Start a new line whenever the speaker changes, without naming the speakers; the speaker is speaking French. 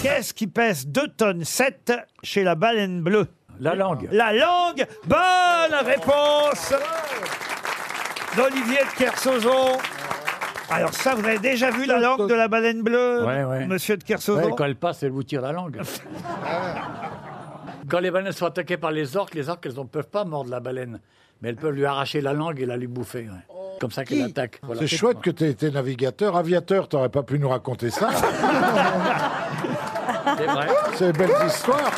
pièce qui pèse 2 tonnes 7 chez la baleine bleue. La langue. La langue. Bonne réponse d'Olivier de Kersauzon. Alors ça, vous avez déjà vu la langue de la baleine bleue,
Ouais, ouais.
monsieur de Kersauzon
Ouais, quand elle passe, elle vous tire la langue. quand les baleines sont attaquées par les orques, les orques, elles ne peuvent pas mordre la baleine. Mais elles peuvent lui arracher la langue et la lui bouffer. ouais. Comme ça qu'elle attaque. Voilà.
C'est chouette que tu aies été navigateur. Aviateur, t'aurais pas pu nous raconter ça.
C'est vrai.
C'est une belle histoire.